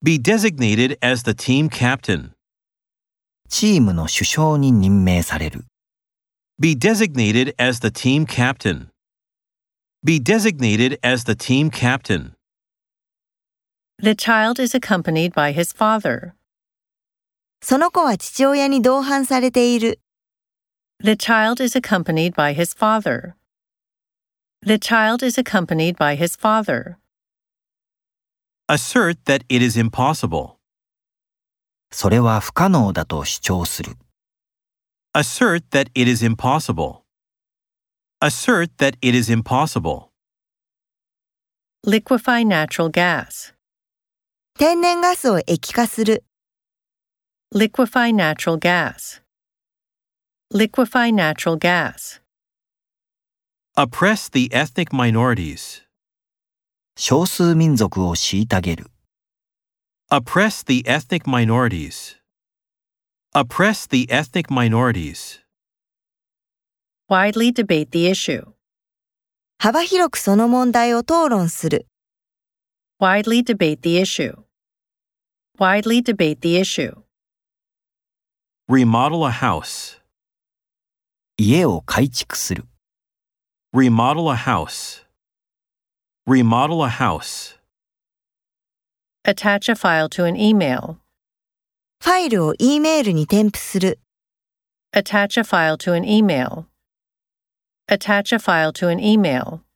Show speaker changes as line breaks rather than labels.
Be designated as the team captain.
チームの首相に任命される。
Be designated as the team captain. Be designated as the team captain.
The child is accompanied by his father.
その子は父親に同伴されている。
The child is accompanied by his father. The child is accompanied by his father.
Assert that it is impossible.
それは不可能だと主張する。
Assert that it is impossible. Assert that it is impossible.
Liquefy natural gas.
天然ガスを液化する。
Liquefy natural gas. Liquefy natural gas.
Oppress the ethnic minorities.
少数民族を虐げる。
Oppress the ethnic minorities. Oppress the ethnic minorities.
Widely debate the issue.
幅広くその問題を討論する。
Widely debate the issue. Widely debate the issue.
Remodel a house.
家を改築する。
Remodel a house. Remodel a house.
Attach a file to an email.
ファイルを E メールに添付する。
Attach a file to an email. Attach a file to an email.